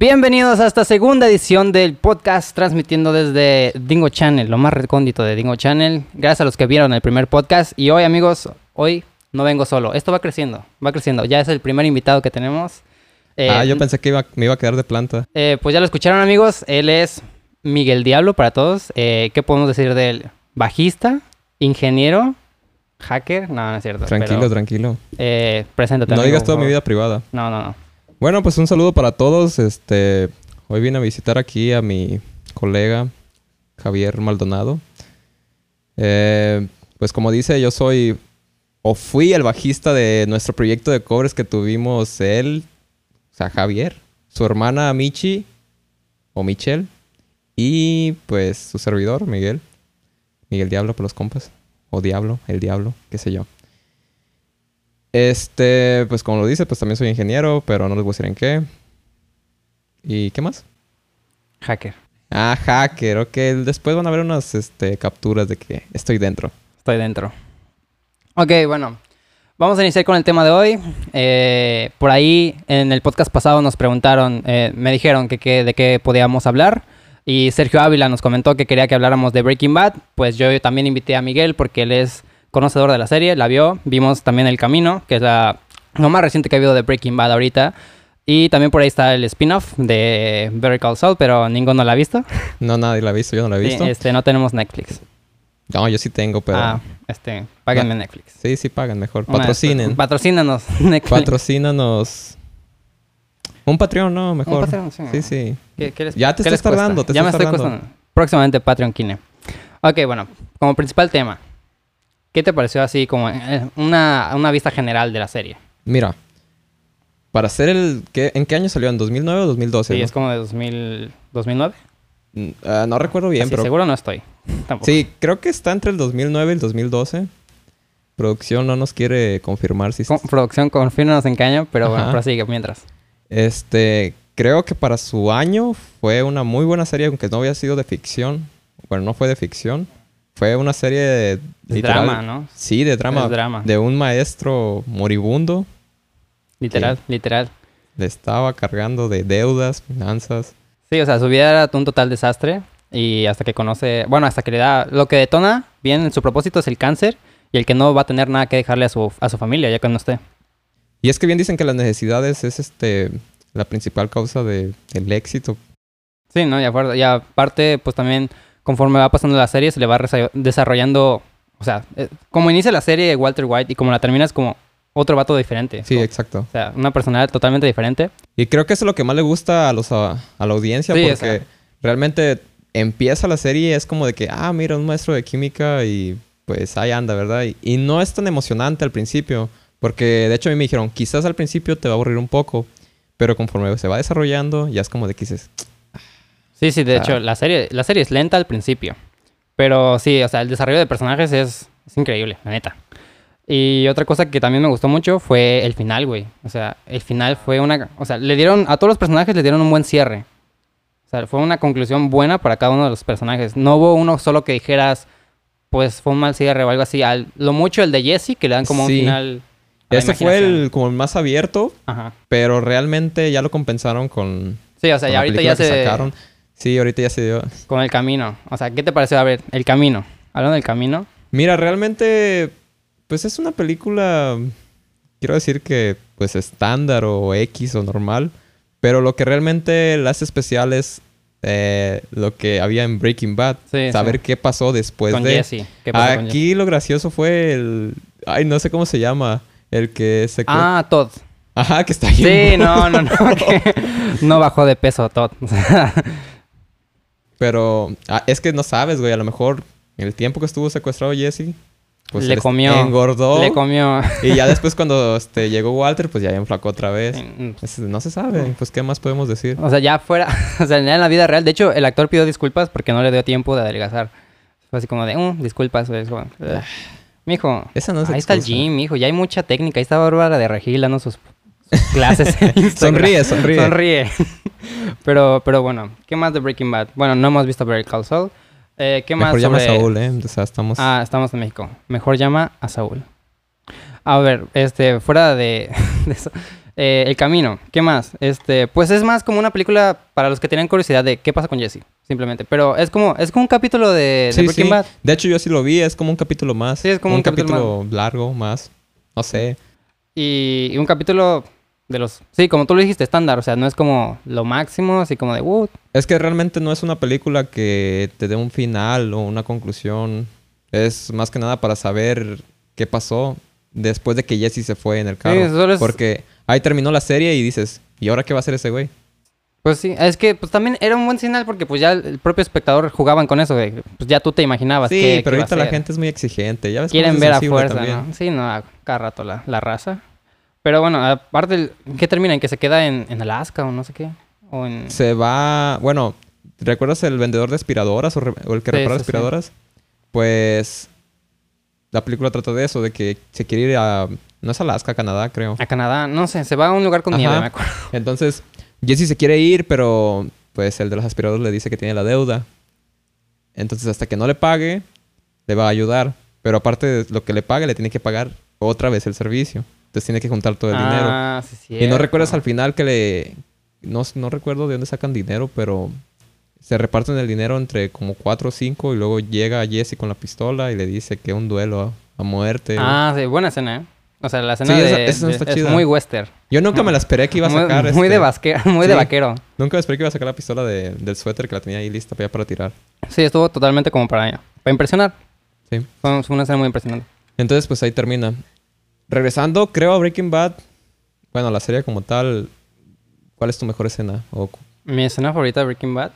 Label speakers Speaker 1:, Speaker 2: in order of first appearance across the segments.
Speaker 1: Bienvenidos a esta segunda edición del podcast transmitiendo desde Dingo Channel, lo más recóndito de Dingo Channel. Gracias a los que vieron el primer podcast y hoy amigos, hoy no vengo solo. Esto va creciendo, va creciendo. Ya es el primer invitado que tenemos. Eh,
Speaker 2: ah, yo pensé que iba, me iba a quedar de planta.
Speaker 1: eh, pues ya lo escucharon amigos, él es Miguel Diablo para todos. Eh, ¿Qué podemos decir de él? Bajista, ingeniero, hacker, no, no es cierto.
Speaker 2: Tranquilo,
Speaker 1: pero,
Speaker 2: tranquilo.
Speaker 1: eh, preséntate.
Speaker 2: No
Speaker 1: amigo,
Speaker 2: digas
Speaker 1: por
Speaker 2: toda mi
Speaker 1: favor.
Speaker 2: vida privada.
Speaker 1: No, no, no.
Speaker 2: Bueno, pues un saludo para todos. Este, hoy vine a visitar aquí a mi colega Javier Maldonado. Eh, pues como dice, yo soy o fui el bajista de nuestro proyecto de covers que tuvimos él, o sea, Javier, su hermana Michi o Michelle y pues su servidor Miguel. Miguel Diablo para los compas o Diablo, el Diablo, qué sé yo. Este, pues como lo dice, pues también soy ingeniero, pero no les voy a decir en qué. ¿Y qué más?
Speaker 1: Hacker.
Speaker 2: Ah, hacker, ok. Después van a ver unas este, capturas de que estoy dentro.
Speaker 1: Estoy dentro. Ok, bueno. Vamos a iniciar con el tema de hoy. Eh, por ahí, en el podcast pasado nos preguntaron, eh, me dijeron que, qué- de qué podíamos hablar. Y Sergio Ávila nos comentó que quería que habláramos de Breaking Bad. Pues yo también invité a Miguel porque él es conocedor de la serie, la vio. Vimos también El Camino, que es la, lo más reciente que ha habido de Breaking Bad ahorita. Y también por ahí está el spin-off de Better Call Saul, pero ninguno la ha visto.
Speaker 2: No, nadie la ha visto, yo no la he visto.
Speaker 1: Sí, Este, no tenemos Netflix.
Speaker 2: No, yo sí tengo, pero...
Speaker 1: Ah, este, páguenme Netflix.
Speaker 2: Sí, sí pagan mejor.
Speaker 1: Una-
Speaker 2: Patrocinen.
Speaker 1: Patrocínanos. Netflix.
Speaker 2: Patrocínanos. Un Patreon, no, mejor.
Speaker 1: Patreon, sí.
Speaker 2: Sí, sí.
Speaker 1: ¿Qué- qué les-
Speaker 2: Ya te
Speaker 1: qué les
Speaker 2: estás tardando,
Speaker 1: cuesta?
Speaker 2: te
Speaker 1: Ya
Speaker 2: estás
Speaker 1: me estoy
Speaker 2: tardando.
Speaker 1: costando. Próximamente Patreon Kine. Ok, bueno, como principal tema, ¿qué te pareció así como eh, una, una vista general de la serie?
Speaker 2: Mira, para hacer el... ¿qué- ¿En qué año salió? ¿En 2009 o 2012?
Speaker 1: Sí,
Speaker 2: no?
Speaker 1: es como de 2000, 2009.
Speaker 2: Mm, ah, no recuerdo bien,
Speaker 1: Así,
Speaker 2: pero
Speaker 1: Seguro no estoy. Tampoco.
Speaker 2: Sí, creo que está entre el 2009 y el 2012. Producción no nos quiere confirmar si...
Speaker 1: Con- producción, confírmanos en caño, pero bueno,
Speaker 2: Ajá.
Speaker 1: prosigue mientras.
Speaker 2: Este, creo que para su año fue una muy buena serie, aunque no había sido de ficción. Bueno, no fue de ficción. Fue una serie de...
Speaker 1: Es
Speaker 2: literal-
Speaker 1: drama, ¿no?
Speaker 2: Sí, de drama.
Speaker 1: Es drama.
Speaker 2: De un maestro moribundo.
Speaker 1: Literal, literal.
Speaker 2: Le estaba cargando de deudas, finanzas.
Speaker 1: Sí, o sea, su vida era un total desastre y hasta que conoce, bueno, hasta que le da, lo que detona bien en su propósito es el cáncer y el que no va a tener nada que dejarle a su, a su familia ya cuando esté.
Speaker 2: Y es que bien dicen que las necesidades es este... La principal causa de, del éxito.
Speaker 1: Sí, ¿no? Y aparte, y aparte, pues también conforme va pasando la serie se le va resa- desarrollando, o sea, eh, como inicia la serie de Walter White y como la termina es como otro vato diferente.
Speaker 2: Sí,
Speaker 1: como-
Speaker 2: exacto.
Speaker 1: o sea, una personalidad totalmente diferente.
Speaker 2: Y creo que eso es lo que más le gusta a, los, a, a la audiencia
Speaker 1: Sí,
Speaker 2: porque
Speaker 1: o sea.
Speaker 2: realmente empieza la serie y es como de que, ah, mira, un maestro de química y pues ahí anda, ¿verdad? Y, y no es tan emocionante al principio porque de hecho a mí me dijeron, quizás al principio te va a aburrir un poco, pero conforme se va desarrollando ya es como de que dices,
Speaker 1: Sí, sí, de
Speaker 2: Ah.
Speaker 1: hecho, la serie, la serie es lenta al principio. Pero sí, o sea, el desarrollo de personajes es, es increíble, la neta. Y otra cosa que también me gustó mucho fue el final, güey. O sea, el final fue una... O sea, le dieron... A todos los personajes le dieron un buen cierre. O sea, fue una conclusión buena para cada uno de los personajes. No hubo uno solo que dijeras, pues fue un mal cierre o algo así. Al- lo mucho el de Jesse, que le dan como
Speaker 2: Sí.
Speaker 1: un final... a la
Speaker 2: este fue
Speaker 1: imaginación.
Speaker 2: el como el más abierto,
Speaker 1: Ajá.
Speaker 2: pero realmente ya lo compensaron con,
Speaker 1: Sí, o sea,
Speaker 2: con
Speaker 1: ya
Speaker 2: la
Speaker 1: ahorita
Speaker 2: película
Speaker 1: ya
Speaker 2: que
Speaker 1: se...
Speaker 2: sacaron. Sí, ahorita ya se dio.
Speaker 1: Con el camino. O sea, ¿qué te pareció? A ver, el camino. Hablando del camino.
Speaker 2: Mira, realmente, pues es una película, quiero decir que, pues estándar o X o normal, pero lo que realmente la hace especial es eh, lo que había en Breaking Bad,
Speaker 1: Sí,
Speaker 2: saber
Speaker 1: sí.
Speaker 2: qué pasó después
Speaker 1: con
Speaker 2: de...
Speaker 1: Jesse. ¿Qué pasó con Jesse?
Speaker 2: Aquí lo gracioso fue el, ay, no sé cómo se llama, el que se...
Speaker 1: Ah, Todd.
Speaker 2: Ajá, que está ahí.
Speaker 1: Sí, no, no, no. que no bajó de peso Todd. O sea,
Speaker 2: Pero ah, es que no sabes, güey, a lo mejor el tiempo que estuvo secuestrado Jesse, pues
Speaker 1: Le
Speaker 2: él
Speaker 1: comió.
Speaker 2: Engordó.
Speaker 1: Le comió.
Speaker 2: Y ya después cuando este, llegó Walter, pues ya enflacó otra vez.
Speaker 1: Sí,
Speaker 2: Es- No se sabe, pues qué más podemos decir.
Speaker 1: O sea, ya fuera. O sea, ya en la vida real. De hecho, el actor pidió disculpas porque no le dio tiempo de adelgazar. Fue así como de, "Mm, disculpas. güey", es como, "Ugh". Mijo,
Speaker 2: Esa no es
Speaker 1: ahí está el
Speaker 2: excusa.
Speaker 1: gym, mijo. Ya hay mucha técnica. Ahí está Bárbara de Regil dando sus, sus clases. en Instagram.
Speaker 2: Sonríe, sonríe.
Speaker 1: Sonríe. pero, pero bueno, ¿qué más de Breaking Bad? Bueno, no hemos visto Breaking Call Saul. Eh, ¿Qué más
Speaker 2: Mejor llama
Speaker 1: sobre-
Speaker 2: a Saúl, ¿eh? O sea, estamos...
Speaker 1: Ah, estamos en México. Mejor llama a Saúl. A ver, este, fuera de, de eso. Eh, el camino, ¿qué más? Este, pues es más como una película para los que tenían curiosidad de qué pasa con Jesse, simplemente. Pero es como, es como un capítulo de, de
Speaker 2: Sí,
Speaker 1: Breaking
Speaker 2: sí.
Speaker 1: Bad.
Speaker 2: De hecho, yo sí lo vi. Es como un capítulo más.
Speaker 1: Sí, es como un capítulo
Speaker 2: largo más. No sé.
Speaker 1: Y, y un capítulo de los. Sí, como tú lo dijiste, estándar. O sea, no es como lo máximo, así como de. Uh,
Speaker 2: Es que realmente no es una película que te dé un final o una conclusión. Es más que nada para saber qué pasó después de que Jesse se fue en el carro.
Speaker 1: Sí, solo es-
Speaker 2: Porque ahí terminó la serie y dices, ¿y ahora qué va a hacer ese güey?
Speaker 1: Pues sí, es que pues también era un buen señal porque pues ya el propio espectador jugaban con eso, de, pues ya tú te imaginabas
Speaker 2: Sí,
Speaker 1: qué-
Speaker 2: pero
Speaker 1: qué iba a
Speaker 2: ahorita la
Speaker 1: ser.
Speaker 2: gente es muy exigente. Ya ves cómo
Speaker 1: quieren
Speaker 2: es
Speaker 1: ver a
Speaker 2: sensible
Speaker 1: fuerza,
Speaker 2: también.
Speaker 1: ¿no? Sí, no, a cada rato la, la raza. Pero bueno, aparte, el- ¿qué termina? ¿En que se queda en, en Alaska o no sé qué? O en...
Speaker 2: Se va, bueno, ¿recuerdas el vendedor de aspiradoras o, re- o el que
Speaker 1: Sí,
Speaker 2: repara
Speaker 1: sí, sí.
Speaker 2: aspiradoras? Pues la película trata de eso, de que se quiere ir a, no es Alaska, Canadá, creo.
Speaker 1: A Canadá, no sé, se va a un lugar con nieve,
Speaker 2: Ajá.
Speaker 1: me acuerdo.
Speaker 2: Entonces, Jesse se quiere ir, pero pues el de los aspiradoras le dice que tiene la deuda. Entonces, hasta que no le pague, le va a ayudar. Pero aparte de lo que le pague, le tiene que pagar otra vez el servicio. Entonces tiene que juntar todo el dinero.
Speaker 1: Ah, sí, sí.
Speaker 2: Y no recuerdas al final que le... No, no recuerdo de dónde sacan dinero, pero se reparten el dinero entre como cuatro o cinco y luego llega Jesse con la pistola y le dice que un duelo a, a muerte.
Speaker 1: Ah, sí, buena escena, ¿eh? O sea, la escena
Speaker 2: Sí,
Speaker 1: de,
Speaker 2: esa- esa
Speaker 1: de-
Speaker 2: está
Speaker 1: es
Speaker 2: chida.
Speaker 1: muy western.
Speaker 2: Yo nunca me la esperé que iba a
Speaker 1: muy,
Speaker 2: sacar.
Speaker 1: muy de
Speaker 2: este,
Speaker 1: vasque- muy de
Speaker 2: sí.
Speaker 1: vaquero.
Speaker 2: Nunca me esperé que iba a sacar la pistola de- del suéter que la tenía ahí lista para, para tirar.
Speaker 1: Sí, estuvo totalmente como para, para impresionar.
Speaker 2: Sí.
Speaker 1: Fue fue una escena muy impresionante.
Speaker 2: Entonces, pues ahí termina. Regresando, creo, a Breaking Bad. Bueno, la serie como tal. ¿Cuál es tu mejor escena? O cu-
Speaker 1: Mi escena favorita de Breaking Bad.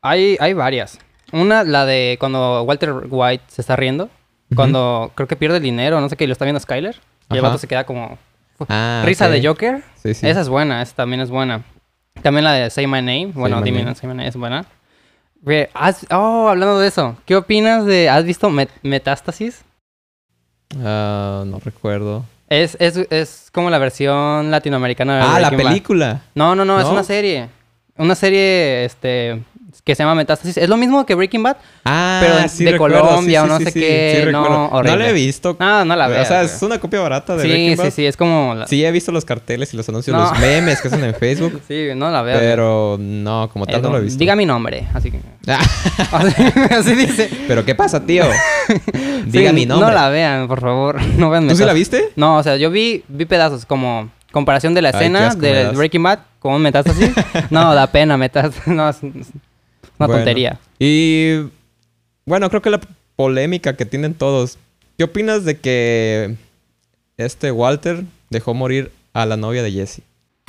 Speaker 1: Hay, hay varias. Una, la de cuando Walter White se está riendo. Cuando creo que pierde el dinero, no sé qué, y lo está viendo Skyler. Y el
Speaker 2: Ajá.
Speaker 1: vato se queda como. "Fu-
Speaker 2: Ah,
Speaker 1: Risa
Speaker 2: ok.
Speaker 1: de Joker.
Speaker 2: Sí, sí.
Speaker 1: Esa es buena, esa también es buena. También la de Say My Name. Bueno,
Speaker 2: My
Speaker 1: dime,
Speaker 2: Name.
Speaker 1: Say My Name es buena. Ve, has- oh, hablando de eso, ¿qué opinas de. ¿Has visto Met- Metástasis?
Speaker 2: Ah, no recuerdo.
Speaker 1: Es, es, es como la versión latinoamericana de
Speaker 2: Ah, la
Speaker 1: Breaking Bad.
Speaker 2: película.
Speaker 1: No, no, no, es
Speaker 2: ¿No?
Speaker 1: una serie. Una serie, este, que se llama Metástasis. Es lo mismo que Breaking Bad.
Speaker 2: Ah,
Speaker 1: Pero de-
Speaker 2: sí
Speaker 1: de
Speaker 2: recuerdo,
Speaker 1: Colombia o no sé qué,
Speaker 2: recuerdo.
Speaker 1: no, horrible.
Speaker 2: la he visto.
Speaker 1: No, no la veo.
Speaker 2: o sea, es una copia barata de
Speaker 1: Sí,
Speaker 2: Breaking Bad.
Speaker 1: sí, sí, es como... la- Sí,
Speaker 2: Sí, he visto los carteles y los anuncios,
Speaker 1: No.
Speaker 2: los memes que hacen en Facebook.
Speaker 1: no la veo.
Speaker 2: pero no, como
Speaker 1: Eh,
Speaker 2: tal no
Speaker 1: no,
Speaker 2: lo he visto.
Speaker 1: Diga mi nombre, así que...
Speaker 2: Ah,
Speaker 1: Así, así dice.
Speaker 2: pero ¿qué pasa, tío?
Speaker 1: Sí,
Speaker 2: Diga mi nombre.
Speaker 1: No la vean, por favor. No vean
Speaker 2: ¿Tú sí la
Speaker 1: Metástasis.
Speaker 2: viste?
Speaker 1: No, o sea, yo vi, vi pedazos como comparación de la
Speaker 2: Ay, qué
Speaker 1: escena
Speaker 2: asco me
Speaker 1: de
Speaker 2: das.
Speaker 1: Breaking Bad con Metástasis. no, da pena Metástasis. No, es, es una
Speaker 2: Bueno,
Speaker 1: tontería.
Speaker 2: Y bueno, creo que la polémica que tienen todos. ¿Qué opinas de que este Walter dejó morir a la novia de Jesse?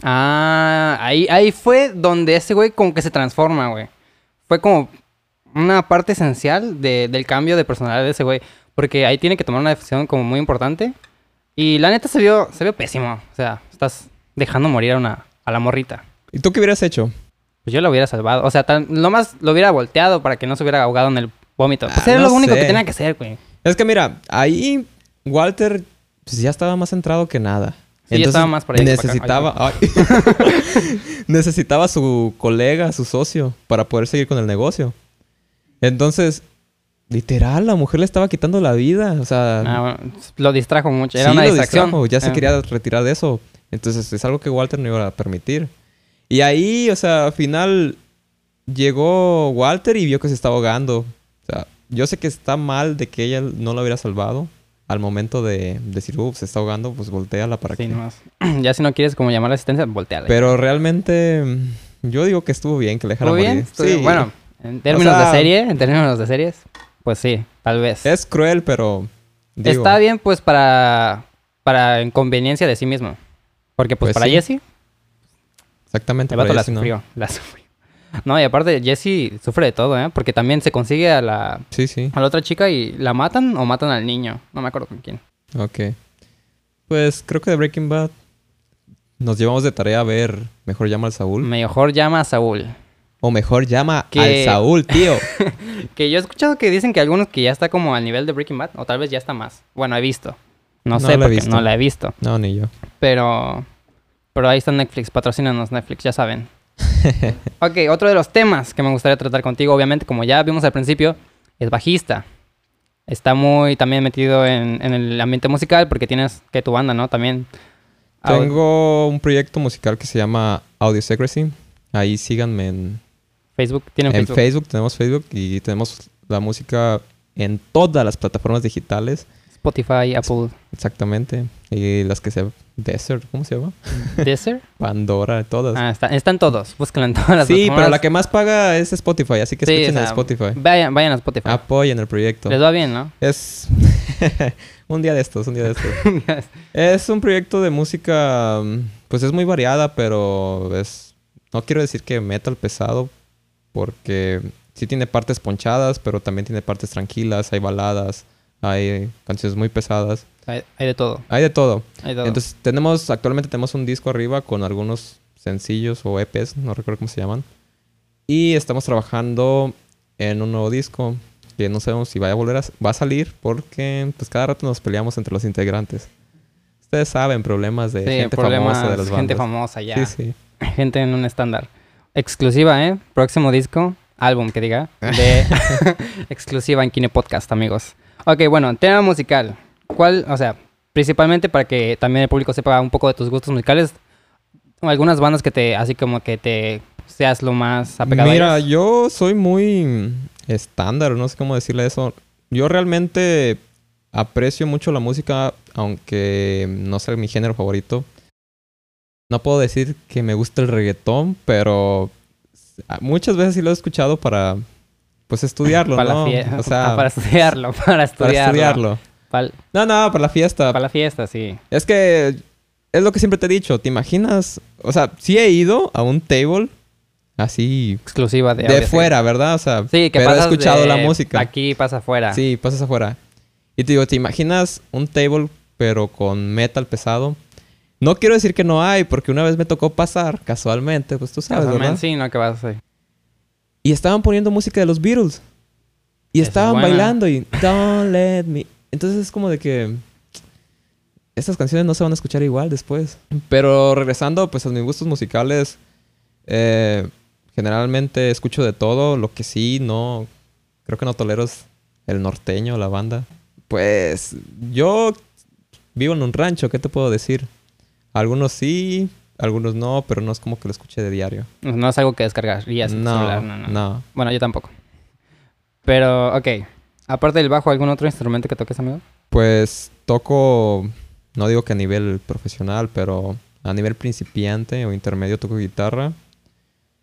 Speaker 1: Ah, ahí, ahí fue donde ese güey como que se transforma, güey. Fue como una parte esencial de- del cambio de personalidad de ese güey. Porque ahí tiene que tomar una decisión como muy importante. Y la neta se vio, se vio pésimo. O sea, estás dejando morir a una, a la morrita.
Speaker 2: ¿Y tú qué hubieras hecho?
Speaker 1: Pues yo la hubiera salvado. O sea, tan, nomás lo hubiera volteado para que no se hubiera ahogado en el vómito. Pues
Speaker 2: Ah,
Speaker 1: era
Speaker 2: no
Speaker 1: lo único que
Speaker 2: sé. Ah,
Speaker 1: tenía que hacer, güey.
Speaker 2: Es que mira, ahí Walter pues, ya estaba más centrado que nada.
Speaker 1: Sí, ya estaba más para allá que para acá.
Speaker 2: necesitaba, Ay. necesitaba a su colega, a su socio, para poder seguir con el negocio. Entonces, literal, la mujer le estaba quitando la vida. O sea,
Speaker 1: Ah, bueno, lo distrajo mucho. Era
Speaker 2: sí,
Speaker 1: una
Speaker 2: lo
Speaker 1: distracción.
Speaker 2: distrajo, ya se
Speaker 1: Eh,
Speaker 2: quería retirar de eso. Entonces, es algo que Walter no iba a permitir. Y ahí, o sea, al final llegó Walter y vio que se estaba ahogando. O sea, yo sé que está mal de que ella no lo hubiera salvado. Al momento de decir, uh, se está ahogando, pues volteala para
Speaker 1: sí,
Speaker 2: que...
Speaker 1: nomás. ya si no quieres como llamar la asistencia, volteala.
Speaker 2: Pero realmente, mm, yo digo que estuvo bien que le dejara
Speaker 1: ¿Estuvo bien?
Speaker 2: morir.
Speaker 1: estuvo bien. Bueno, en términos
Speaker 2: sea-
Speaker 1: de serie, en términos de series, pues sí, tal vez.
Speaker 2: Es cruel, pero... digo,
Speaker 1: Está bien, pues, para, para inconveniencia de sí mismo. Porque, pues,
Speaker 2: Pues
Speaker 1: para
Speaker 2: sí,
Speaker 1: Jesse,
Speaker 2: Exactamente.
Speaker 1: el vato
Speaker 2: para
Speaker 1: la
Speaker 2: Jesse, ¿no?
Speaker 1: sufrió, la sufrió. No, y aparte, Jesse sufre de todo, ¿eh? Porque también se consigue a la,
Speaker 2: Sí, sí.
Speaker 1: a la otra chica y la matan o matan al niño. No me acuerdo con quién.
Speaker 2: Ok. Pues creo que de Breaking Bad nos llevamos de tarea a ver Mejor llama al Saúl.
Speaker 1: Mejor llama a Saúl.
Speaker 2: O mejor llama
Speaker 1: Que-
Speaker 2: al Saúl, tío.
Speaker 1: Que yo he escuchado que dicen que algunos que ya está como al nivel de Breaking Bad, o tal vez ya está más. Bueno, he visto. No,
Speaker 2: No
Speaker 1: sé
Speaker 2: la he
Speaker 1: porque
Speaker 2: visto.
Speaker 1: no la he visto.
Speaker 2: No, ni yo.
Speaker 1: Pero. Pero ahí está Netflix, patrocínanos Netflix, ya saben. ok, otro de los temas que me gustaría tratar contigo, obviamente, como ya vimos al principio, es bajista. Está muy también metido en, en el ambiente musical porque tienes que tu banda, ¿no? También. Au-
Speaker 2: Tengo un proyecto musical que se llama Audio Secrecy. Ahí síganme en,
Speaker 1: Facebook, tienen
Speaker 2: en
Speaker 1: Facebook.
Speaker 2: Facebook. Tenemos Facebook y tenemos la música en todas las plataformas digitales.
Speaker 1: Spotify, Apple,
Speaker 2: Exactamente. Y las que se... Desert, ¿cómo se llama?
Speaker 1: Deezer.
Speaker 2: Pandora, todas.
Speaker 1: Ah, está- están todos. Búsquenlo en todas las
Speaker 2: sí, pero
Speaker 1: plataformas.
Speaker 2: la que más paga es Spotify, así que
Speaker 1: Sí,
Speaker 2: escuchen
Speaker 1: o sea,
Speaker 2: a Spotify. Ah,
Speaker 1: Vayan, vayan a Spotify.
Speaker 2: Apoyen el proyecto.
Speaker 1: Les va bien, ¿no?
Speaker 2: Es un día de estos, un día de estos. es un proyecto de música, mm, pues es muy variada, pero es... No quiero decir que metal pesado, porque sí tiene partes ponchadas, pero también tiene partes tranquilas, hay baladas, hay canciones muy pesadas,
Speaker 1: Hay, hay de todo.
Speaker 2: hay de todo.
Speaker 1: Hay de todo.
Speaker 2: Entonces tenemos, actualmente tenemos un disco arriba con algunos sencillos o EPs, no recuerdo cómo se llaman. Y estamos trabajando en un nuevo disco que no sabemos si vaya a volver a, s- va a salir porque pues cada rato nos peleamos entre los integrantes. Ustedes saben, problemas de
Speaker 1: sí,
Speaker 2: gente
Speaker 1: problemas,
Speaker 2: famosa de las bandas.
Speaker 1: gente famosa ya.
Speaker 2: Sí, sí.
Speaker 1: Gente en un estándar. Exclusiva, ¿eh? Próximo disco, álbum que diga. De exclusiva en Kine Podcast, amigos. Ok, bueno, tema musical. ¿Cuál, o sea, principalmente para que también el público sepa un poco de tus gustos musicales? Algunas bandas que te, así como que te seas lo más apegado a
Speaker 2: Mira,
Speaker 1: ellas.
Speaker 2: yo soy muy mm, estándar, no sé cómo decirle eso. Yo realmente aprecio mucho la música, aunque no sea mi género favorito. No puedo decir que me gusta el reggaetón, pero s- a- muchas veces sí lo he escuchado para pues estudiarlo,
Speaker 1: para,
Speaker 2: ¿no?
Speaker 1: la fie-
Speaker 2: O sea,
Speaker 1: ah, para estudiarlo, para
Speaker 2: para
Speaker 1: estudiarlo.
Speaker 2: estudiarlo.
Speaker 1: Pal-
Speaker 2: No, no, para la fiesta.
Speaker 1: para la fiesta, sí.
Speaker 2: Es que es lo que siempre te he dicho, ¿te imaginas? O sea, sí he ido a un table así
Speaker 1: Exclusiva de
Speaker 2: de,
Speaker 1: audio, sí.
Speaker 2: fuera, ¿verdad? O sea,
Speaker 1: Sí, que
Speaker 2: pero he
Speaker 1: pasas
Speaker 2: escuchado
Speaker 1: de
Speaker 2: la música.
Speaker 1: Aquí pasa afuera.
Speaker 2: Sí, pasas afuera. Y te digo, ¿te imaginas un table pero con metal pesado? No quiero decir que no hay, porque una vez me tocó pasar casualmente, pues tú sabes,
Speaker 1: Casualmente,
Speaker 2: ¿verdad?
Speaker 1: sí, no, que vas a
Speaker 2: Y estaban poniendo música de los Beatles. Y
Speaker 1: Esa es
Speaker 2: estaban
Speaker 1: buena.
Speaker 2: bailando y Don't Let Me. Entonces es como de que estas canciones no se van a escuchar igual después. Pero regresando pues a mis gustos musicales, eh, generalmente escucho de todo. Lo que sí no creo que no tolero es el norteño, la banda. Pues yo vivo en un rancho, ¿qué te puedo decir? Algunos sí, algunos no, pero no es como que lo escuche de diario.
Speaker 1: No, no es algo que descargarías en tu celular, no, no.
Speaker 2: no.
Speaker 1: Bueno, yo tampoco. Pero, ok. Aparte del bajo, ¿algún otro instrumento que toques, amigo?
Speaker 2: Pues toco, no digo que a nivel profesional, pero a nivel principiante o intermedio toco guitarra.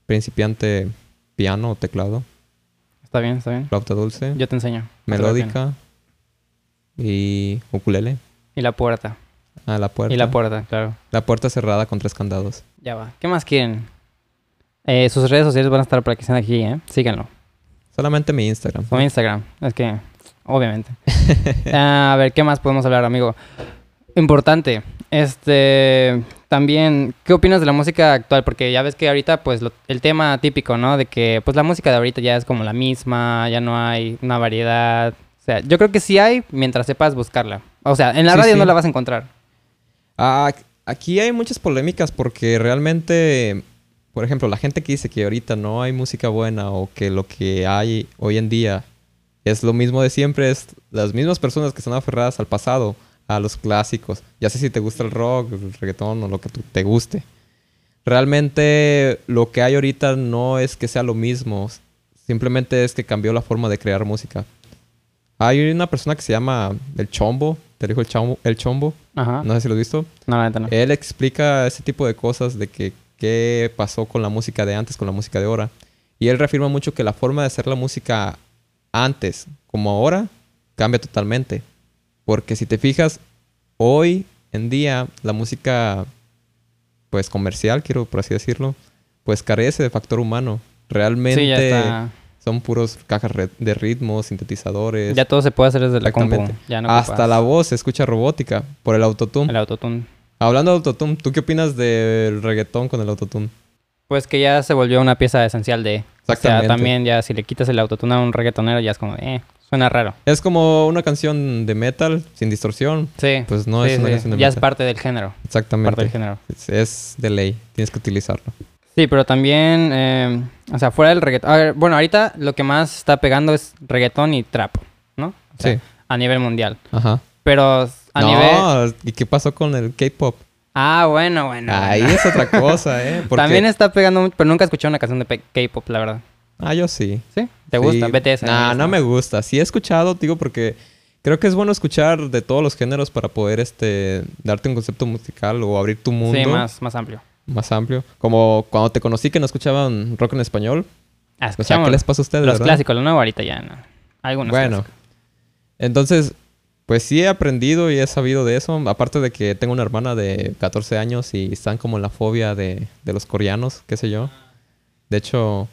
Speaker 2: Principiante piano o teclado,
Speaker 1: Está bien, está bien.
Speaker 2: flauta dulce,
Speaker 1: Yo te enseño. No te preocupes.
Speaker 2: melódica y ukulele.
Speaker 1: Y la puerta.
Speaker 2: Ah, la puerta.
Speaker 1: Y la puerta, claro.
Speaker 2: La puerta cerrada con tres candados.
Speaker 1: Ya va. ¿Qué más quieren? Eh, sus redes sociales van a estar para que estén aquí, ¿eh? Síganlo.
Speaker 2: Solamente mi Instagram.
Speaker 1: Como Instagram. Es que, obviamente. Ah, a ver, ¿qué más podemos hablar, amigo? Importante. Este, también, ¿qué opinas de la música actual? Porque ya ves que ahorita, pues, lo- el tema típico, ¿no? De que, pues, la música de ahorita ya es como la misma, ya no hay una variedad. O sea, yo creo que sí hay mientras sepas buscarla. O sea, en la
Speaker 2: Sí,
Speaker 1: radio
Speaker 2: sí.
Speaker 1: no la vas a encontrar.
Speaker 2: Ah, aquí hay muchas polémicas porque realmente, por ejemplo, la gente que dice que ahorita no hay música buena o que lo que hay hoy en día es lo mismo de siempre, es las mismas personas que están aferradas al pasado, a los clásicos. Ya sé si te gusta el rock, el reggaetón o lo que tú- te guste. Realmente lo que hay ahorita no es que sea lo mismo, simplemente es que cambió la forma de crear música. Hay una persona que se llama El Chombo, te dijo El Chombo, el chombo.
Speaker 1: Ajá. No,
Speaker 2: no sé si lo has visto.
Speaker 1: la neta no.
Speaker 2: Él explica ese tipo de cosas de que qué pasó con la música de antes, con la música de ahora. Y él reafirma mucho que la forma de hacer la música antes como ahora cambia totalmente. Porque si te fijas, hoy en día la música pues comercial, quiero por así decirlo, pues carece de factor humano. Realmente
Speaker 1: Sí, ya está.
Speaker 2: son puros cajas re- de ritmos, sintetizadores,
Speaker 1: Ya todo se puede hacer desde la compu.
Speaker 2: Exactamente.
Speaker 1: Ya no
Speaker 2: hasta
Speaker 1: ocupas
Speaker 2: la voz se escucha robótica por el autotune.
Speaker 1: el autotune.
Speaker 2: Hablando de autotune, ¿tú qué opinas del reggaetón con el autotune?
Speaker 1: Pues que ya se volvió una pieza esencial de... O sea,
Speaker 2: Exactamente.
Speaker 1: también ya si le quitas el autotune a un reggaetonero ya es como, eh, suena raro.
Speaker 2: Es como una canción de metal sin distorsión.
Speaker 1: Sí.
Speaker 2: Pues no
Speaker 1: sí,
Speaker 2: es una
Speaker 1: sí.
Speaker 2: canción de
Speaker 1: Ya es
Speaker 2: metal.
Speaker 1: parte del género. Parte del
Speaker 2: Exactamente.
Speaker 1: género.
Speaker 2: Es, es de ley, tienes que utilizarlo.
Speaker 1: Sí, pero también, eh, o sea, fuera del reggaetón. A ver, bueno, ahorita lo que más está pegando es reggaetón y trap, ¿no? O sea,
Speaker 2: Sí.
Speaker 1: A nivel mundial.
Speaker 2: Ajá.
Speaker 1: Pero a
Speaker 2: no,
Speaker 1: nivel.
Speaker 2: ¿y qué pasó con el K-pop?
Speaker 1: Ah, bueno, bueno.
Speaker 2: Ahí
Speaker 1: bueno.
Speaker 2: es otra cosa, ¿eh? Porque-
Speaker 1: También está pegando, mucho, pero nunca escuché una canción de pe- K-pop, la verdad.
Speaker 2: Ah, yo sí.
Speaker 1: ¿Sí? ¿Te gusta?
Speaker 2: Sí.
Speaker 1: BTS.
Speaker 2: Nah, no me gusta. Sí he escuchado, digo, porque creo que es bueno escuchar de todos los géneros para poder este darte un concepto musical o abrir tu mundo
Speaker 1: Sí, más, más amplio.
Speaker 2: más amplio. Como cuando te conocí que no escuchaban rock en español.
Speaker 1: Ah,
Speaker 2: O sea,
Speaker 1: escuchamos
Speaker 2: ¿qué les pasa a ustedes,
Speaker 1: los
Speaker 2: verdad?
Speaker 1: clásicos, lo nuevo ahorita ya no. Algunos.
Speaker 2: Bueno.
Speaker 1: clásicos.
Speaker 2: Entonces, pues sí he aprendido y he sabido de eso. Aparte de que tengo una hermana de 14 años y están como en la fobia de, de los coreanos, qué sé yo. De hecho,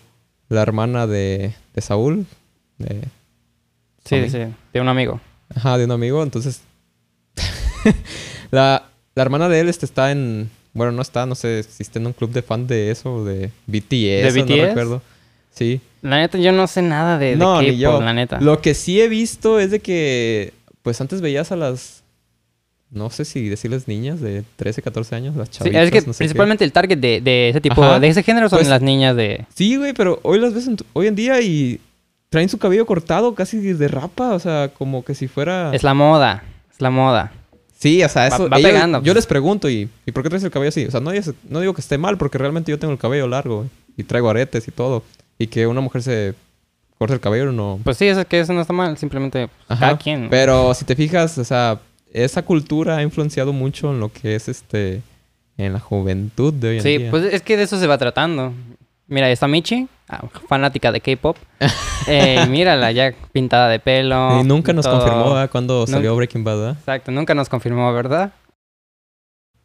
Speaker 2: la hermana de, de Saúl, de,
Speaker 1: Sí,
Speaker 2: Ok.
Speaker 1: sí, de un amigo.
Speaker 2: Ajá, de un amigo. Entonces, la, la hermana de él este, está en. Bueno, no está, no sé si está en un club de fan de eso, de BTS.
Speaker 1: ¿De
Speaker 2: no
Speaker 1: BTS?
Speaker 2: recuerdo. Sí.
Speaker 1: La neta, yo no sé nada de, de
Speaker 2: no, ni
Speaker 1: K-pop,
Speaker 2: yo.
Speaker 1: la neta.
Speaker 2: Lo que sí he visto es de que. Pues antes veías a las. No sé si decirles niñas de 13, 14 años, las
Speaker 1: Sí,
Speaker 2: chavitas.
Speaker 1: es que
Speaker 2: no sé qué.
Speaker 1: principalmente el target de, de ese tipo,
Speaker 2: Ajá.
Speaker 1: de ese género son
Speaker 2: Pues-
Speaker 1: las niñas de...
Speaker 2: Sí, güey, pero hoy las ves en tu- hoy en día y traen su cabello cortado casi de rapa, o sea, como que si fuera.
Speaker 1: Es la moda, es la moda.
Speaker 2: Sí, o sea,
Speaker 1: Va-
Speaker 2: eso.
Speaker 1: va
Speaker 2: ellos-
Speaker 1: pegando,
Speaker 2: Yo
Speaker 1: pues.
Speaker 2: les pregunto, ¿y, ¿y por qué traes el cabello así? O sea, no, es- no digo que esté mal, porque realmente yo tengo el cabello largo güey, y traigo aretes y todo. Y que una mujer se corte el cabello, no.
Speaker 1: Pues sí, eso es que eso no está mal, simplemente
Speaker 2: Ajá.
Speaker 1: cada quien.
Speaker 2: Pero si te fijas, o sea, esa cultura ha influenciado mucho en lo que es este. en la juventud de hoy en
Speaker 1: Sí,
Speaker 2: día.
Speaker 1: pues es que de eso se va tratando. Mira, ahí está Michi, ah, fanática de K-pop. Eh, mírala ya pintada de pelo.
Speaker 2: y nunca nos
Speaker 1: todo.
Speaker 2: confirmó ¿eh? ¿verdad? cuando
Speaker 1: Nunca-
Speaker 2: salió Breaking Bad, ¿verdad? Ah,
Speaker 1: Exacto, nunca nos confirmó, ¿verdad?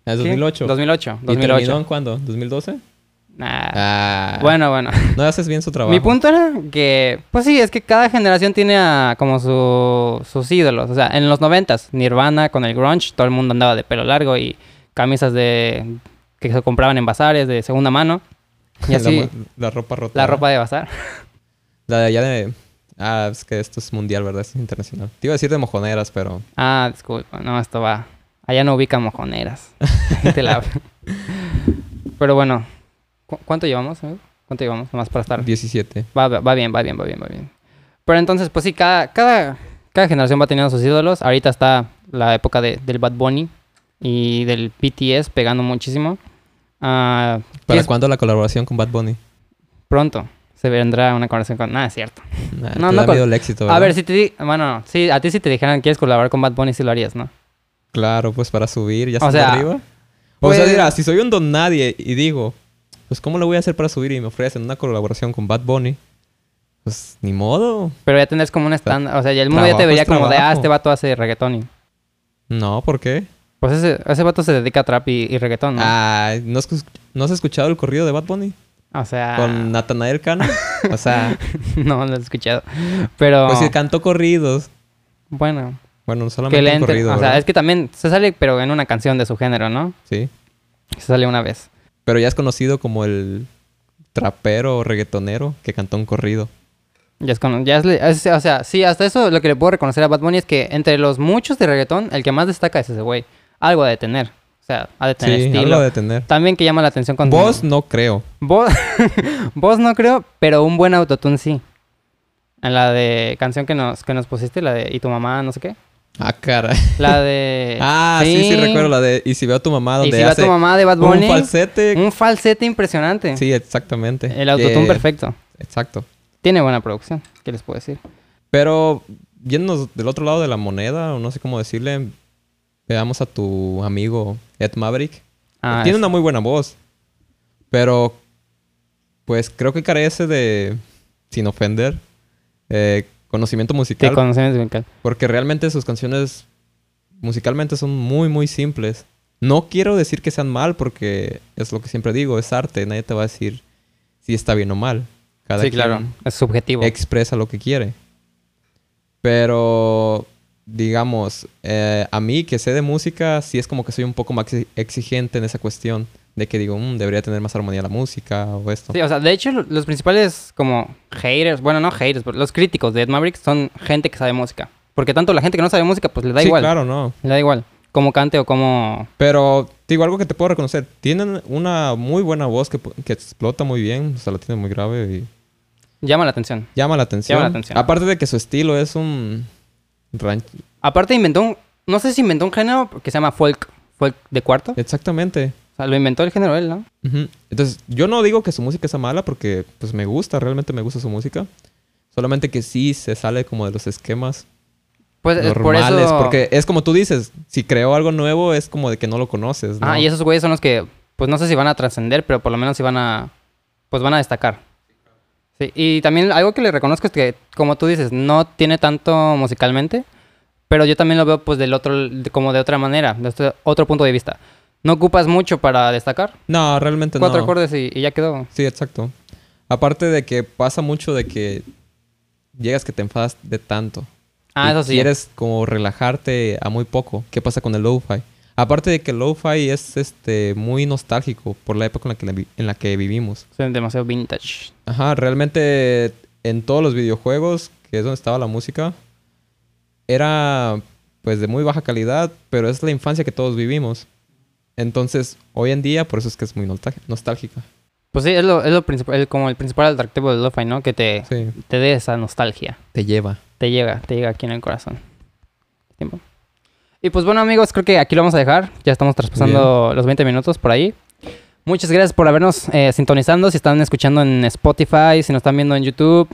Speaker 2: En
Speaker 1: ¿Sí?
Speaker 2: 2008.
Speaker 1: 2008,
Speaker 2: ¿Y terminó
Speaker 1: 2008.
Speaker 2: en cuándo? ¿2012?
Speaker 1: Nah.
Speaker 2: Ah.
Speaker 1: Bueno, bueno.
Speaker 2: No haces bien su trabajo.
Speaker 1: Mi punto era que, pues sí, es que cada generación tiene a- como su- sus ídolos. O sea, en los noventas, Nirvana con el grunge, todo el mundo andaba de pelo largo y camisas de que se compraban en bazares de segunda mano. Y
Speaker 2: La Ah.
Speaker 1: así,
Speaker 2: mo- la, ropa rota.
Speaker 1: la
Speaker 2: ¿verdad?
Speaker 1: ropa de bazar.
Speaker 2: La de allá de... Ah, es que esto es mundial, ¿verdad? Esto es internacional. Te iba a decir de mojoneras, pero...
Speaker 1: Ah, disculpa, no, esto va. Allá no ubican mojoneras. Te la- Pero bueno, ¿cu- ¿cuánto llevamos? amigo? ¿Cuánto llevamos? Nomás para estar.
Speaker 2: 17.
Speaker 1: Va, va- va bien, va bien, va bien, va bien. Pero entonces, pues sí, cada, cada, cada generación va teniendo sus ídolos. Ahorita está la época de- del Bad Bunny y del BTS pegando muchísimo. Ah,
Speaker 2: ¿Para
Speaker 1: es-
Speaker 2: cuándo la colaboración con Bad Bunny?
Speaker 1: pronto se vendrá una conversación con... Nada, es cierto.
Speaker 2: Nah,
Speaker 1: No,
Speaker 2: te
Speaker 1: no
Speaker 2: da
Speaker 1: col-
Speaker 2: miedo el éxito,
Speaker 1: A
Speaker 2: ¿verdad?
Speaker 1: ver, si te di... Bueno, sí, a ti si te dijeran quieres colaborar con Bad Bunny, sí lo harías, ¿no?
Speaker 2: Claro, pues para subir, ya
Speaker 1: O
Speaker 2: estás
Speaker 1: sea,
Speaker 2: arriba.
Speaker 1: pues-
Speaker 2: O sea, dirá, si soy un don nadie y digo... Pues, ¿cómo lo voy a hacer para subir? Y me ofrecen una colaboración con Bad Bunny. Pues, ni modo.
Speaker 1: Pero ya tendrás como un estándar. O sea, ya el mundo ya te
Speaker 2: Trabajo
Speaker 1: vería
Speaker 2: es
Speaker 1: como de, ah,
Speaker 2: trabajo.
Speaker 1: este vato hace reggaetón. y-
Speaker 2: No, ¿por qué?
Speaker 1: Pues ese, ese vato se dedica a trap y, y reggaetón, ¿no?
Speaker 2: Ah, ¿no has, escu- no has escuchado el corrido de Bad Bunny?
Speaker 1: o sea,
Speaker 2: Con Natanael Cano. O sea,
Speaker 1: no lo he escuchado. Pero,
Speaker 2: pues si cantó corridos.
Speaker 1: bueno,
Speaker 2: Bueno, solamente
Speaker 1: que le
Speaker 2: un
Speaker 1: entre-
Speaker 2: corrido,
Speaker 1: O sea,
Speaker 2: ¿verdad?
Speaker 1: es que también se sale, pero en una canción de su género, ¿no?
Speaker 2: Sí.
Speaker 1: Se sale una vez.
Speaker 2: Pero ya es conocido como el trapero o reggaetonero que cantó un corrido.
Speaker 1: Ya es con- ya es le- es- o sea, sí, hasta eso lo que le puedo reconocer a Bad Bunny es que entre los muchos de reggaetón, el que más destaca es ese güey. Algo ha de tener. O sea, ha de tener
Speaker 2: sí,
Speaker 1: estilo.
Speaker 2: algo de tener.
Speaker 1: También que llama la atención cuando...
Speaker 2: Voz no creo.
Speaker 1: Voz, voz no creo, pero un buen autotune sí. En la de canción que nos, que nos pusiste, la de Y tu mamá, no sé qué.
Speaker 2: Ah, cara.
Speaker 1: La de...
Speaker 2: Ah, sí, sí, recuerdo la de Y si veo a tu
Speaker 1: Eh,
Speaker 2: mamá
Speaker 1: Y
Speaker 2: donde
Speaker 1: si va
Speaker 2: hace
Speaker 1: tu mamá de Bad Bunny.
Speaker 2: un falsete.
Speaker 1: un falsete impresionante.
Speaker 2: Sí, eh, exactamente.
Speaker 1: El autotune
Speaker 2: Que-
Speaker 1: perfecto.
Speaker 2: Exacto.
Speaker 1: Tiene buena producción, ¿qué les puedo decir?
Speaker 2: Pero yéndonos del otro lado de la moneda, o no sé cómo decirle, veamos a tu amigo Ed Maverick.
Speaker 1: Ah,
Speaker 2: Tiene
Speaker 1: es-
Speaker 2: una muy buena voz. Pero, pues creo que carece de, sin ofender, eh, conocimiento
Speaker 1: de
Speaker 2: musical.
Speaker 1: conocimiento musical.
Speaker 2: Porque realmente sus canciones musicalmente son muy, muy simples. No quiero decir que sean mal, porque es lo que siempre digo, es arte. Nadie te va a decir si está bien o mal. Cada
Speaker 1: Sí,
Speaker 2: quien
Speaker 1: claro, es subjetivo.
Speaker 2: expresa lo que quiere. Pero, digamos, eh, a mí que sé de música, sí es como que soy un poco más exi- exigente en esa cuestión. De que digo, "Mm, debería tener más armonía la música o esto.
Speaker 1: Sí, o sea, de hecho, lo- los principales como haters, bueno, no haters, pero los críticos de Ed Maverick son gente que sabe música. Porque tanto la gente que no sabe música, pues le da
Speaker 2: Sí,
Speaker 1: igual.
Speaker 2: claro, no.
Speaker 1: Le da igual cómo cante o cómo...
Speaker 2: Pero te digo algo que te puedo reconocer. Tienen una muy buena voz que, pu- que explota muy bien. O sea, la tienen muy grave y
Speaker 1: Llama la atención.
Speaker 2: llama la atención.
Speaker 1: Llama la atención.
Speaker 2: Aparte de que su estilo es un... ranch-
Speaker 1: Aparte inventó un... No sé si inventó un género que se llama folk. fue de cuarto.
Speaker 2: Exactamente.
Speaker 1: O sea, lo inventó el género él, ¿no?
Speaker 2: Ujú. Entonces, yo no digo que su música sea mala porque pues me gusta, realmente me gusta su música. Solamente que sí se sale como de los esquemas
Speaker 1: Pues es por
Speaker 2: normales.
Speaker 1: eso...
Speaker 2: Porque es como tú dices, si creó algo nuevo es como de que no lo conoces, pues, ¿no?
Speaker 1: Ah, y esos güeyes son los que, pues no sé si van a trascender, pero por lo menos si van a, pues van a destacar. Sí, y también algo que le reconozco es que, como tú dices, no tiene tanto musicalmente, pero yo también lo veo pues del otro, de- como de otra manera, de este- otro punto de vista. No ocupas mucho para destacar.
Speaker 2: No, realmente
Speaker 1: Cuatro
Speaker 2: Este no.
Speaker 1: acordes y, y ya quedó.
Speaker 2: Sí, exacto. Aparte de que pasa mucho de que llegas que te enfadas de tanto.
Speaker 1: Ah,
Speaker 2: Y
Speaker 1: eso sí.
Speaker 2: Quieres como relajarte a muy poco. ¿Qué pasa con el lo-fi? Aparte de que el lo-fi es este, muy nostálgico por la época en la, que, la vi- en la que vivimos.
Speaker 1: Son demasiado vintage.
Speaker 2: Ajá, realmente en todos los videojuegos, que es donde estaba la música, era pues de muy baja calidad, pero es la infancia que todos vivimos. Entonces, hoy en día, por eso es que es muy nostal- nostálgica.
Speaker 1: Pues sí, es, lo, es lo principal, el- como el principal atractivo del lo-fi, ¿no? Que te,
Speaker 2: Sí,
Speaker 1: te dé esa nostalgia.
Speaker 2: te lleva.
Speaker 1: te llega, te llega aquí en el corazón. Tiempo. Y pues bueno amigos, creo que aquí lo vamos a dejar. Ya estamos traspasando los 20 minutos por ahí. Muchas gracias por habernos eh, sintonizando. Si están escuchando en Spotify, si nos están viendo en YouTube.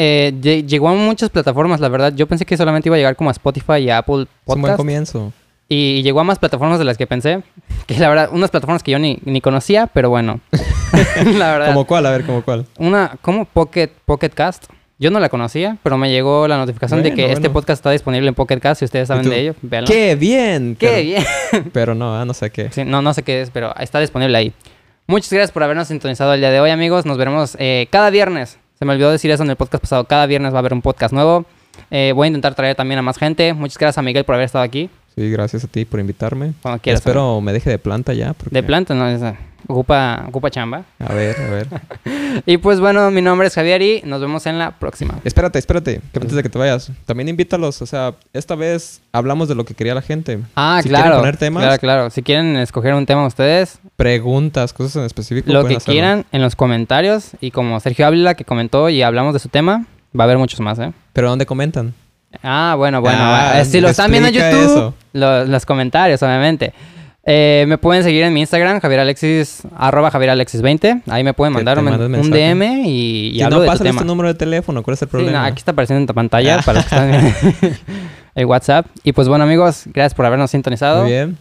Speaker 1: Eh, lle- llegó a muchas plataformas, la verdad. Yo pensé que solamente iba a llegar como a Spotify y a Apple
Speaker 2: Es un buen
Speaker 1: Podcast.
Speaker 2: comienzo.
Speaker 1: Y llegó a más plataformas de las que pensé. Que la verdad, unas plataformas que yo ni, ni conocía, pero bueno. la verdad.
Speaker 2: ¿Como cuál? A ver, ¿como cuál?
Speaker 1: Una, ¿cómo? Pocket, Pocket Cast. Yo no la conocía, pero me llegó la notificación de que
Speaker 2: Bueno,
Speaker 1: este
Speaker 2: bueno.
Speaker 1: podcast está disponible en Pocket Cast. Si ustedes saben
Speaker 2: tú?
Speaker 1: de ello, véanlo.
Speaker 2: ¡Qué bien!
Speaker 1: ¡Qué
Speaker 2: Pero-
Speaker 1: bien!
Speaker 2: Pero no, ah, no sé qué.
Speaker 1: Sí, no, no sé qué es, pero está disponible ahí. Muchas gracias por habernos sintonizado el día de hoy, amigos. Nos veremos eh, cada viernes. Se me olvidó decir eso en el podcast pasado. Cada viernes va a haber un podcast nuevo. Eh, voy a intentar traer también a más gente. Muchas gracias a Miguel por haber estado aquí.
Speaker 2: Sí, gracias a ti por invitarme.
Speaker 1: Cuando quieras.
Speaker 2: Espero me deje de planta ya.
Speaker 1: amigo.
Speaker 2: porque-
Speaker 1: De planta, no, es- eh, ocupa, ocupa chamba.
Speaker 2: A ver, a ver.
Speaker 1: Y pues bueno, mi nombre es Javier y nos vemos en la próxima.
Speaker 2: Espérate, espérate, que antes de que te vayas, también invítalos. O sea, esta vez hablamos de lo que quería la gente.
Speaker 1: Ah,
Speaker 2: Si quieren
Speaker 1: claro.
Speaker 2: poner temas.
Speaker 1: Claro, claro. Si quieren escoger un tema ustedes,
Speaker 2: Preguntas, cosas en específico.
Speaker 1: lo
Speaker 2: pueden
Speaker 1: que
Speaker 2: hacerlo.
Speaker 1: quieran en los comentarios. Y como Sergio Ávila que comentó y hablamos de su tema, va a haber muchos más, ¿eh?
Speaker 2: Pero ¿dónde comentan?
Speaker 1: Ah, bueno, bueno.
Speaker 2: Ah,
Speaker 1: va. Eh, si lo están viendo en
Speaker 2: explica
Speaker 1: YouTube,
Speaker 2: eso.
Speaker 1: lo- los comentarios, obviamente. Eh, me pueden seguir en mi Instagram, Javier Alexis, arroba Javier Alexis 20. Ahí me pueden
Speaker 2: Que
Speaker 1: mandar
Speaker 2: te
Speaker 1: un, men-
Speaker 2: mandas
Speaker 1: un
Speaker 2: mensaje.
Speaker 1: DM y, y
Speaker 2: si
Speaker 1: hablo
Speaker 2: no
Speaker 1: de tu
Speaker 2: pasan
Speaker 1: tema.
Speaker 2: este número de teléfono, ¿cuál es
Speaker 1: Sí,
Speaker 2: Ah. el
Speaker 1: no,
Speaker 2: problenta
Speaker 1: aquí está apareciendo en tu pantalla para los que están viendo el WhatsApp. Y pues bueno, amigos, gracias por habernos sintonizado.
Speaker 2: Muy bien.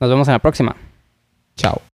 Speaker 1: Nos vemos en la próxima.
Speaker 2: Chao.